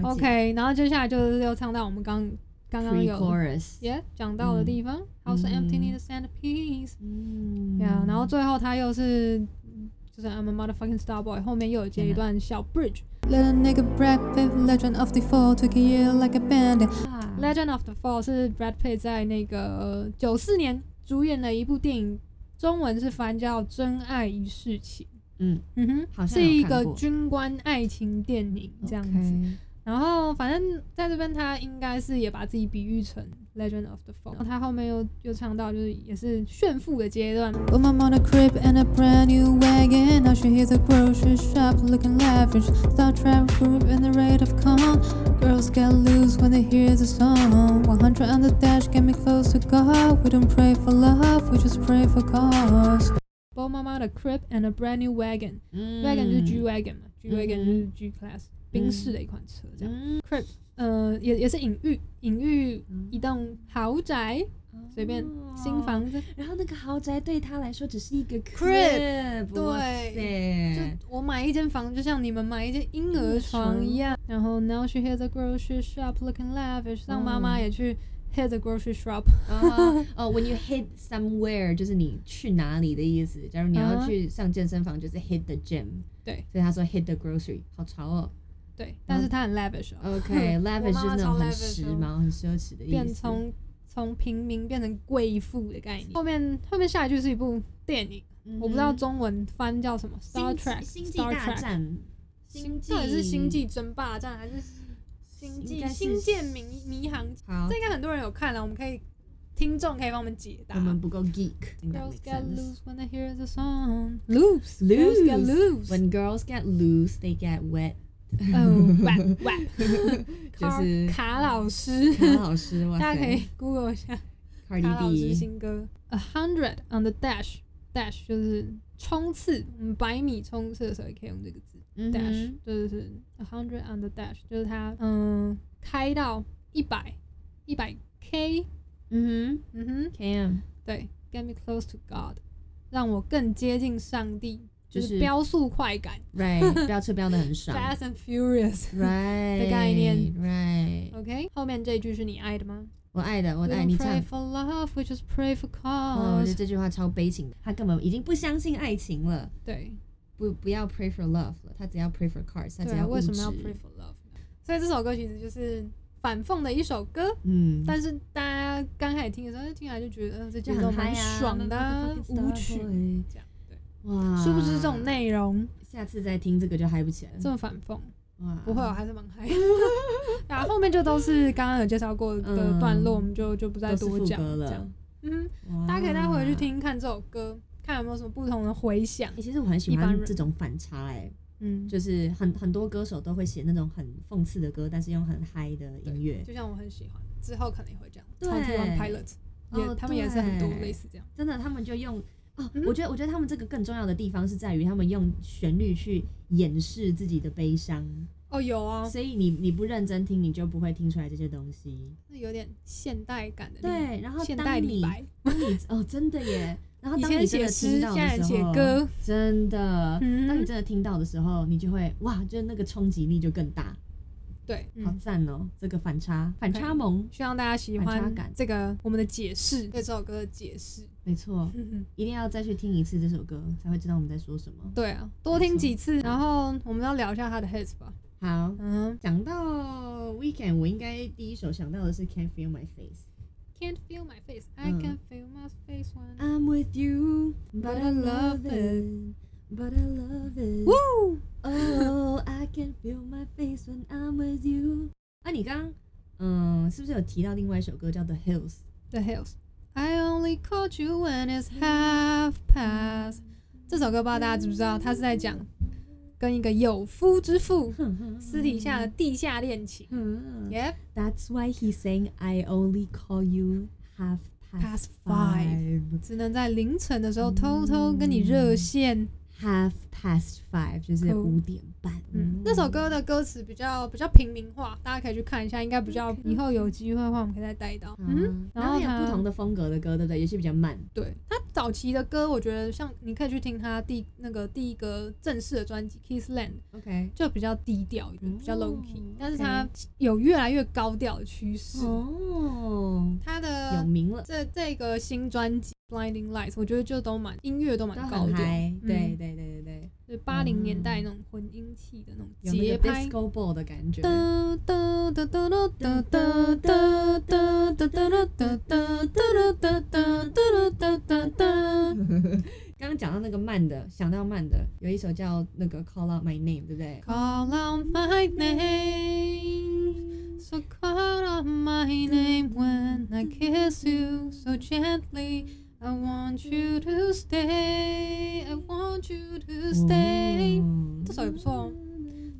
B: OK，然后接下来就是又唱到我们刚刚刚有
C: Pre-chorus，
B: 也讲到的地方，House empty need a centerpiece。
C: 嗯
B: 对啊，然后最后他又是嗯就是 I'm a motherfucking star boy，后面又有接一段小 bridge。
F: Little 嗯 nigga brag, babe, legend of the fall. Took a year like a bandit.
B: Legend of the Fall 是 Brad Pitt 在那个九四年主演的一部电影，中文是翻叫《真爱一世情》。
C: 嗯
B: 嗯哼，
C: 好像
B: 是一
C: 有
B: 个
C: 看过
B: 军官爱情电影这样子。
C: OK
B: 然后反正在这边他应该是也把自己比喻成 Legend of the Fall，然后他后面又又唱到就是也是炫富的阶段，
F: Put my mom on a crib and a brand new wagon. Now she hits a grocery shop looking lavish. Star Trek group in the rate of calm. Girls get loose when they hear the song. 100 on the dash, get me close to God. We don't pray for love, we just pray for cause.
B: Bo 妈妈的 crib and a brand new wagon，wagon、
C: 嗯
B: wagon 就是 G wagon 嘛，G wagon 就
C: 嗯
B: 是 G class 宾士的一款车这样。crib 呃也也是隐喻，隐喻一栋豪宅，随便
C: 哦
B: 新房子。
C: 然后那个豪宅对他来说只是一个
B: Crib，
C: crib，哇塞
B: 就我买一间房，就像你们买一间婴儿床一样。然后 now she has a grocery shop looking lavish，让妈
C: 嗯
B: 妈也去 has a grocery shop。
C: 哦哦，when you hit somewhere 就是你去哪里的意思。假如你要
B: 啊
C: 去上健身房，就是 hit the gym。
B: 对，
C: 所以他说 hit the grocery，好潮哦。
B: 对，但是她很 lavish 哦，
C: OK，lavish
B: 妈妈
C: 就是那种
B: 超
C: 很
B: lavish
C: 时
B: 哦
C: 髦、很奢侈的意思。
B: 变从从平民变成贵妇的概念。后面后面下一句是一部电影，
C: 嗯哼
B: 我不知道中文翻叫什么，Star
C: 星
B: Trek，
C: 星际
B: Star
C: 大
B: Trek。
C: 战，
B: 星
C: 星
B: 到底是
C: 际
B: 星际争霸战还是星
C: 应
B: 际
C: 该是
B: 星舰迷迷航？
C: 好
B: 这，应该很多人有看了，啊我们可以听众可以帮我们解答
C: 我。们不够 geek。
B: Girls get loose when they hear the song. Loose,
C: Loose.
B: girls get loose.
C: When girls get loose, they get wet。
B: 哦，rap rap，
C: 就是
B: 卡老师，
C: 卡老师，哇
B: 大家可
C: 塞
B: 以 Google 一下卡
C: ，Cardi
B: 老师
C: B，
B: 新歌。A hundred on the dash, dash 就是冲刺，我们百米冲刺的时候也可以用这个字。
C: 嗯
B: dash
C: 哼
B: 就是 a hundred on the dash，就是它嗯开到一百一百 k，
C: 嗯
B: 嗯哼
C: 哼，，KM
B: 对，get me close to God，让我更接近上帝，就
C: 就是
B: 是飙速快感
C: right，飙车飙的很爽
B: ，fast and furious，OK，、
C: ，right
B: 的概念
C: ，right。
B: OK，后面这一句是你爱的吗？
C: 我爱的，我
B: We
C: 爱
B: don't
C: 你唱
B: pray。for love, we just pray for
C: 哦，我觉得
B: cause，、
C: 这句话超悲情的，他根本已经不相信爱情了。
B: 对
C: 不，不要 pray for love 了，他只要 pray for cars，他只
B: 对
C: 要
B: 啊，
C: 物
B: 为什
C: 质
B: 么要 pray for love？呢所以这首歌其实就是反讽的一首歌，
C: 嗯，
B: 但是大家刚开始听的时候，听起来就觉得呃这
C: 就
B: 节奏
C: 很嗨
B: 蛮
C: 啊
B: 爽的、啊
C: motherfucking
B: 舞曲
C: starboy
B: 这样，对，
C: 哇，
B: 殊不知这种内容
C: 下次再听这个就嗨不起来
B: 这
C: 了。
B: 么反讽，
C: 哇，
B: 不会，我，啊还是蛮嗨。 然后后面就都是刚刚有介绍过的段落，
C: 嗯
B: 我们就就不再
C: 都是
B: 多
C: 副
B: 讲这
C: 歌了
B: 样。。嗯，
C: 哇
B: 大家可以再回去。听看这首歌，看有没有什么不同的回响
C: 欸。其实我很喜
B: 一般
C: 欢
B: 人
C: 这种反差、欸，
B: 嗯，就
C: 就是很很多歌手都会写那种很讽刺的歌，但是用很嗨的音乐，
B: 就像我很喜欢，之后可能也会这样。
C: 对
B: 超级 One Pilot 也
C: 哦
B: 他们也是很多
C: 对
B: 类似这样。
C: 真的，他们就用哦，
B: 嗯
C: 我觉得我觉得他们这个更重要的地方是在于他们用旋律去掩饰自己的悲伤，
B: 哦，有啊，
C: 所以你你不认真听，你就不会听出来这些东西。
B: 是有点现代感的立，
C: 对，然后
B: 现代
C: 当
B: 李
C: 你
B: 白。
C: 当你哦，真的耶。然后
B: 以
C: 当
B: 前
C: 你真
B: 写
C: 的
B: 诗，
C: 听
B: 现
C: 到
B: 在
C: 的时
B: 写
C: 候，
B: 歌，
C: 真的，
B: 嗯
C: 当你真的听到的时候，你就会哇，就是那个冲击力就更大，
B: 对，
C: 好
B: 嗯，
C: 赞哦！这个反差反差萌，
B: 希望大家喜
C: 反差
B: 欢
C: 感
B: 这个我们的解释，对这首歌的解释。
C: 没错，
B: 嗯
C: 一定要再去听一次这首歌，才会知道我们在说什么。
B: 对啊，多听几次，然后我们要聊一下他的 hits 吧。
C: 好，
B: 嗯
C: 讲到 Weekend，我应该第一首想到的是 Can't Feel My Face。
B: ，Can't feel my face, I
C: 嗯
B: can feel my face when I
C: I'm with you, but I love it, but I love it.
B: woo。
C: Oh, I can feel my face when I'm with you。啊，你刚刚嗯，是不是有提到另外一首歌叫《The Hills》？
B: The hills, I only called you when it's half past。这首歌不知道大家知不知道，他是在讲跟一个有夫之妇私底下的地下恋情。
C: 嗯
B: Yep，
C: That's why he sang "I only call you half
B: Past
C: past
B: five.
C: five,
B: 只能在凌晨的时候偷偷跟你热线。
C: half past five，就是
B: 酷
C: 五点半。
B: 嗯，那首歌的歌词比较比较平民化，大家可以去看一下，应该比较以后有机会的话，我们可以再带到。嗯
C: 嗯，，然后也有
B: 它
C: 不同的风格的歌，对不对？有些比较慢，
B: 对他早期的歌，我觉得像你可以去听他第那个第一个正式的专辑《Kissland》，
C: OK，
B: 就比较低调，比较 low key，、
C: 哦
B: 但是他有越来越高调的趋势。
C: 哦，
B: 他
C: 有
B: 的
C: 名了，
B: 这这个新专辑《Blinding Lights》，我觉得就都蛮音乐都蛮
C: 都
B: 高
C: 很
B: 调，
C: 嗨。对
B: 嗯
C: 对对对对，
B: 就是八零年代那种混音器的那种
C: 有那
B: 节
C: 个
B: 拍。
C: disco ball 的感觉。
B: 哒哒哒哒哒哒哒哒哒哒哒哒哒哒哒哒哒哒哒。
C: 刚刚讲到那个慢的，想到慢的，有一首叫那个 Call Out My Name，对不对？
B: Call out my name, so call out my name when I kiss you so gently. I want you to stay, I want you to stay.
C: 哦
B: 这首也不错哦。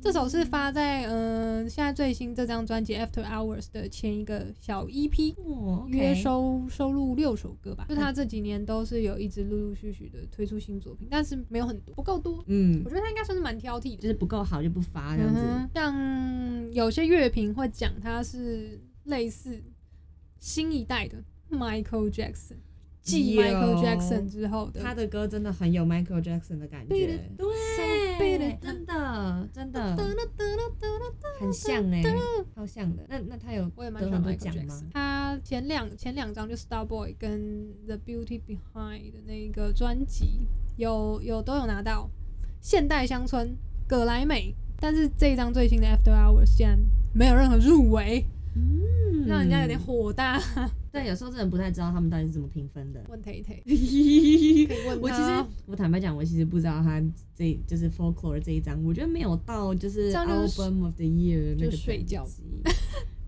B: 这首是发在嗯、呃现在最新这张专辑《After Hours》的前一个小 EP，
C: 哦，OK
B: 约收收录六首歌吧。就他这几年都是有一直陆陆续续的推出新作品，但是没有很多，不够多。
C: 嗯
B: 我，觉得他应该算是蛮挑剔的
C: 就，是不够好就不发这样子。
B: 嗯哼像有些乐评会讲它是类似新一代的， Michael Jackson，继
C: 继
B: Michael Jackson 之后的，
C: 他
B: 的
C: 的歌真的很有 Michael Jackson 的感
B: 对
C: 觉
B: 的，
C: 对，真的真的很像哎、超像的。那那他有
B: 我也蛮
C: 得
B: 喜欢
C: 很多
B: Michael
C: 奖
B: Jackson
C: 吗。？
B: 他前两前两张就 Star Boy 跟 The Beauty Behind 的那个专辑有有都有拿到现代乡村、葛莱美，但是这一张最新的 After Hours 竟然没有任何入围，
C: 嗯
B: 让人家有点火大。
C: 对，有时候真的不太知道他们到底是怎么评分的。
B: 问 Tay Tay，可
C: 我
B: 以问
C: 其实
B: 他，
C: 我坦白讲，我其实不知道他这就是 folklore 这一张，我觉得没有到就
B: 这
C: 是
B: 样就是
C: album of the year 的那
B: 就
C: 个
B: 睡
C: 等
B: 觉
C: 级。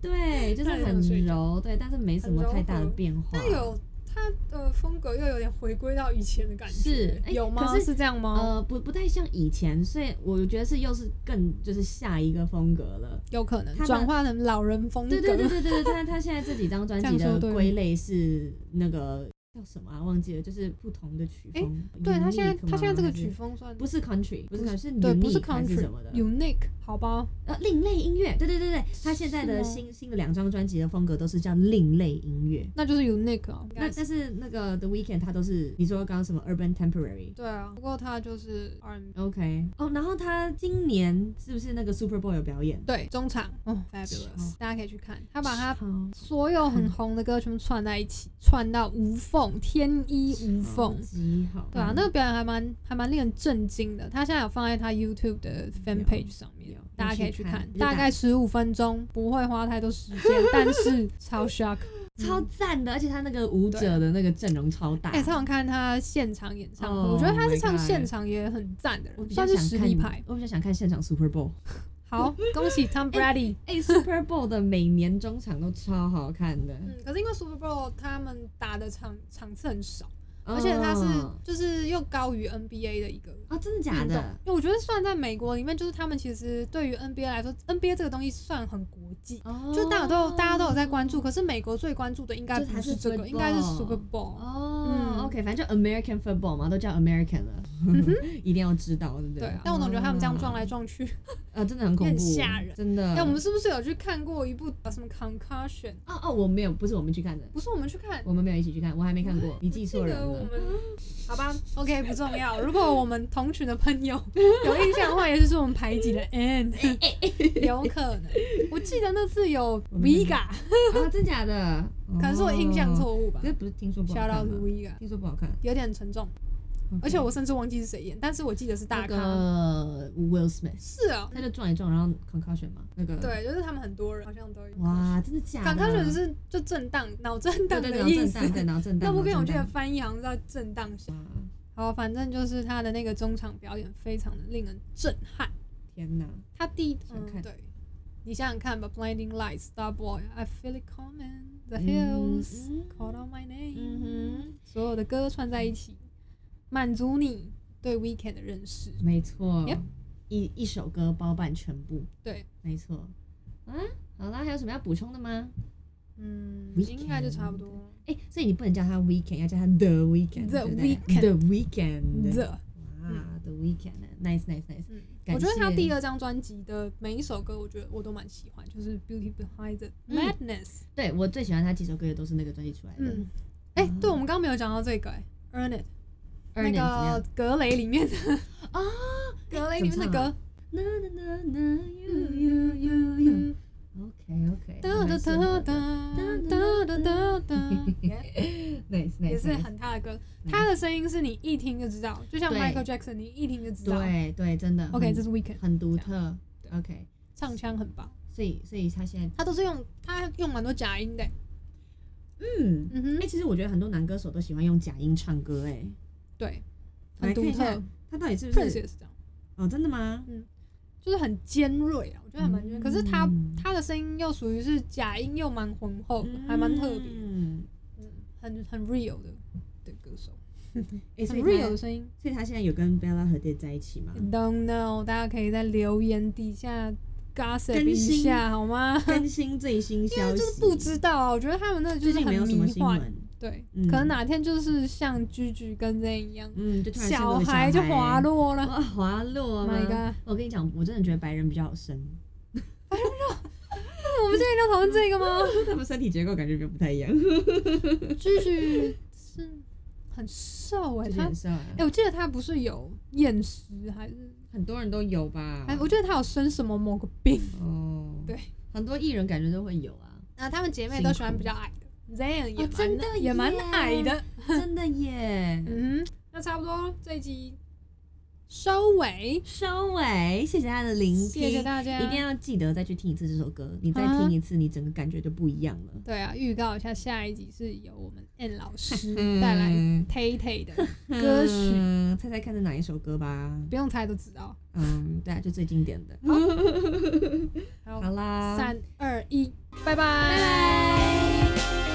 C: 对，就是
B: 那也
C: 很
B: 很睡
C: 柔，对，但是没什
B: 很
C: 么
B: 柔
C: 太大的
B: 和
C: 变化。
B: 但有他的风格又有点回归到以前的感觉，
C: 是哎
B: 有吗？
C: 可是
B: 这样吗？
C: 呃，不不太像以前，所以我觉得是又是更就是下一个风格了。
B: 有可能
C: 他的
B: 转化成老人风格，
C: 对对对对对对，他他现在这几张专辑
B: 这样说
C: 的
B: 对吗
C: 归类是那个叫什么啊？忘记了，就是不同的曲风。
B: 对他现在
C: Unique
B: 他现在这个
C: 吗还是
B: 曲风算
C: 不是 country，不是 country，是
B: 对，不是
C: unique 还
B: country
C: 什么的
B: unique 好吧？
C: 呃，另类音乐。对对对对，他现在的
B: 是吗
C: 新新的两张专辑的风格都是叫另类音乐。
B: 那就是 unique 啊。
C: 那但是那个 The Weeknd 他都是你说刚刚什么 Urban Temporary。
B: 对啊，不过他就是 R&B。
C: OK，哦，然后他今年是不是那个 Super Bowl 有表演？
B: 对，中场，哦
C: 好
B: ，fabulous，大家可以去看，他把他
C: 超
B: 所有很红的歌全部串在一起，串到无缝，天衣无缝
C: 超。级好，
B: 对啊，那个表演还蛮还蛮令人震惊的。他现在有放在他 YouTube 的 fan
C: 有
B: page 上面
C: 有，
B: 大家可以去
C: 去看
B: 看
C: 你，就
B: 大
C: 打
B: 概十五分钟，不会花太多时间， 但是超 shock。
C: 超赞的，而且他那个舞者的那个阵容超大，
B: 哎、超想看他现场演唱会我觉得
C: Oh
B: 他是
C: my
B: 唱
C: God
B: 现场也很赞的
C: 我
B: 人，
C: 比较
B: 算是
C: 想
B: 实
C: 看
B: 力派。
C: 我比较想看现场 Super Bowl。
B: 好，恭喜 Tom Brady。
C: 哎、s u p e r Bowl 的每年中场都超好看的，
B: 嗯，可是因为 Super Bowl 他们打的场场次很少，而且他是
C: 嗯
B: 就是又高于 NBA 的一个
C: 哦，真的假
B: 运动
C: 的？。
B: 因为我觉得算在美国里面，就是他们其实对于 NBA 来说，NBA 这个东西算很国际。
C: 哦
B: 就大家都大家都有在关注，可是美国最关注的应该
C: 就
B: 不
C: 还
B: 是
C: 是
B: 这个，
C: football
B: 应该是 Super Bowl。
C: 哦、
B: 嗯
C: o k 反正就 American football 嘛，都叫 American 了， 一定要知道，对不
B: 对啊
C: 对，
B: 但我总觉得他们这样撞
C: 啊
B: 来撞去，
C: 呃，真的很恐
B: 很
C: 怖，
B: 吓人
C: 真的。
B: 哎，我们是不是有去看过一部呃什么 Concussion？
C: 哦哦，我没有，不是我们去看的，
B: 不是我们去看，
C: 我们没有一起去看，我还没看 过，你记
B: 记
C: 错人
B: 得我
C: 了。
B: 们好吧，OK 不重要。如果我们同群的朋 友有印象的话，也就是我们排挤的 N，有可能。我记得那次有
C: 哎我们
B: Vega，
C: 啊，真假的？
B: 可能是我印象
C: 哦。
B: 错误吧。
C: 这不是听说不好
B: Shout
C: 看啊
B: out to
C: 吗？
B: Vega，
C: 听说不好看，
B: 有点沉重，而且我甚至忘记是谁演，但是我记得是大
C: 那
B: 咖。
C: 个 Will Smith，
B: 是啊，
C: 他就撞一撞，然后 concussion 嘛，那个，
B: 对，就是他们很多人好像都有。
C: 哇，真的假的？
B: ，Concussion 是就震荡、脑震
C: 对
B: 荡
C: 对
B: 的
C: 对，
B: 意
C: 脑震
B: 思。
C: 荡，对脑震 荡。
B: 那部片我记得
C: 脑震
B: 翻译好像叫震荡小。
C: 荡哇
B: 好，反正就是他的那个中场表演非常的令人震撼。
C: 天哪，
B: 他第一，
C: 想
B: 嗯，
C: 看
B: 对，你想想看吧，《Blinding Lights》、《Starboy》、《I Feel It Coming》、《The
C: 嗯
B: Hills》、
C: 嗯
B: 《Call Out My Name》，
C: 嗯
B: 所有的歌串在一起，满足你对 Weekend 的认识。
C: 哼，没错
B: Yep，
C: 一一首歌包办全部，
B: 对，
C: 没错。啊，好啦，还有什么要补充的吗？
B: 嗯，
C: Weekend
B: 应该就差不多了。
C: 哎，所以你不能叫他 Weekend，要叫他 The Weekend。
B: The
C: 对不对
B: Weeknd
C: The Weekend。
B: 这，
C: 哇，The Weekend，nice nice nice。
B: 嗯，
C: 感
B: 我觉得他
C: 谢
B: 第二张专辑的每一首歌，我觉得我都蛮喜欢，就是《Beauty Behind the
C: 嗯
B: Madness》。
C: 对我最喜欢他几首歌也都是那个专辑出来的。
B: 嗯，哎，对，我们刚刚没有讲到这个，哎，《Earn It》。那
C: 啊 Earn It 怎么样
B: 个格雷里面的
C: 啊，
B: 格雷里面的
C: 怎么唱
B: 歌
C: 啊，Na na na na you you you you。OK OK。
B: 嗯哒哒哒哒哒哒哒哒，
C: Nice nice。
B: 也是很他的歌，他的声音是你一听就知道，就像
C: 嗯对
B: Michael Jackson，你一听就知道。
C: 对嗯对，真的。
B: OK，
C: 很
B: 这是 Weekend，
C: 很独特。OK，
B: 唱腔很棒，
C: 所以所以他现在
B: 他都是用他用蛮多假音的，
C: 嗯，
B: 嗯哼
C: 哎、，其实我觉得很多男歌手都喜欢用假音唱歌、哎，
B: 对，
C: 来
B: 很独
C: 看一下
B: 特。
C: 他到底是不
B: Prince
C: 是？
B: 也是这样，
C: 哦，真的吗？
B: 就是很尖锐啊，我觉得还蛮尖锐。
C: 嗯
B: 可是他他的声音又属于是假音，又蛮浑厚的，还蛮特别，
C: 嗯，
B: 嗯，很很 real 的的歌手，
C: 哎、所
B: 很
C: 以
B: real 嗯
C: 他
B: 的声音。
C: 所以他现在有跟 Bella 和 d 在一起吗？
B: Don't know，大家可以在留言底下 gossip
C: 更
B: 一
C: 新
B: 下好吗？
C: 更新最新消息，
B: 就是不知道啊，我觉得他们那就
C: 最
B: 是
C: 近没有
B: 很
C: 什么
B: 迷
C: 新
B: 幻，
C: 闻，
B: 对，
C: 嗯
B: 可能哪天就是像居居跟 z 一样，
C: 嗯，就突然生了
B: 小
C: 个
B: 孩
C: 孩
B: 就滑落了，，Oh
C: 啊，滑落
B: My
C: 吗
B: God
C: 我跟你讲，我真的觉得白人比较好生。
B: 我们们今天要讨论这个吗？
C: 他们身体结构感觉就不太一样，
B: 居居是很瘦哎、
C: 就是
B: 他
C: 很瘦啊。
B: 哎、我记得他不是有厌食还是
C: 很多人都有吧？
B: 哎，我觉得她有生什么某个病。
C: 哦，
B: 对，
C: 很多艺人感觉都会有 啊。
B: 啊，她们姐妹
C: 辛
B: 都喜欢
C: 苦
B: 比较矮哦的，Zayn 也蛮、
C: 真的
B: 也蛮
C: 耶
B: 矮的。
C: 真的耶！
B: 嗯哼，那差不多这一集收尾，
C: 收尾，谢谢大家的聆听，
B: 谢谢大家。
C: 一定要记得再去听一次这首歌，你再
B: 啊
C: 听一次，你整个感觉就不一样了。
B: 对啊，预告一下，下一集是由我们 N 老 师带来 Tay Tay 的，歌曲
C: 曲，猜猜看是哪一首歌吧？
B: 不用猜都知道。
C: 嗯，对啊，就最经
B: 嗯
C: 典的。
B: 好
C: 好啦，
B: 三二一，拜拜
C: 拜。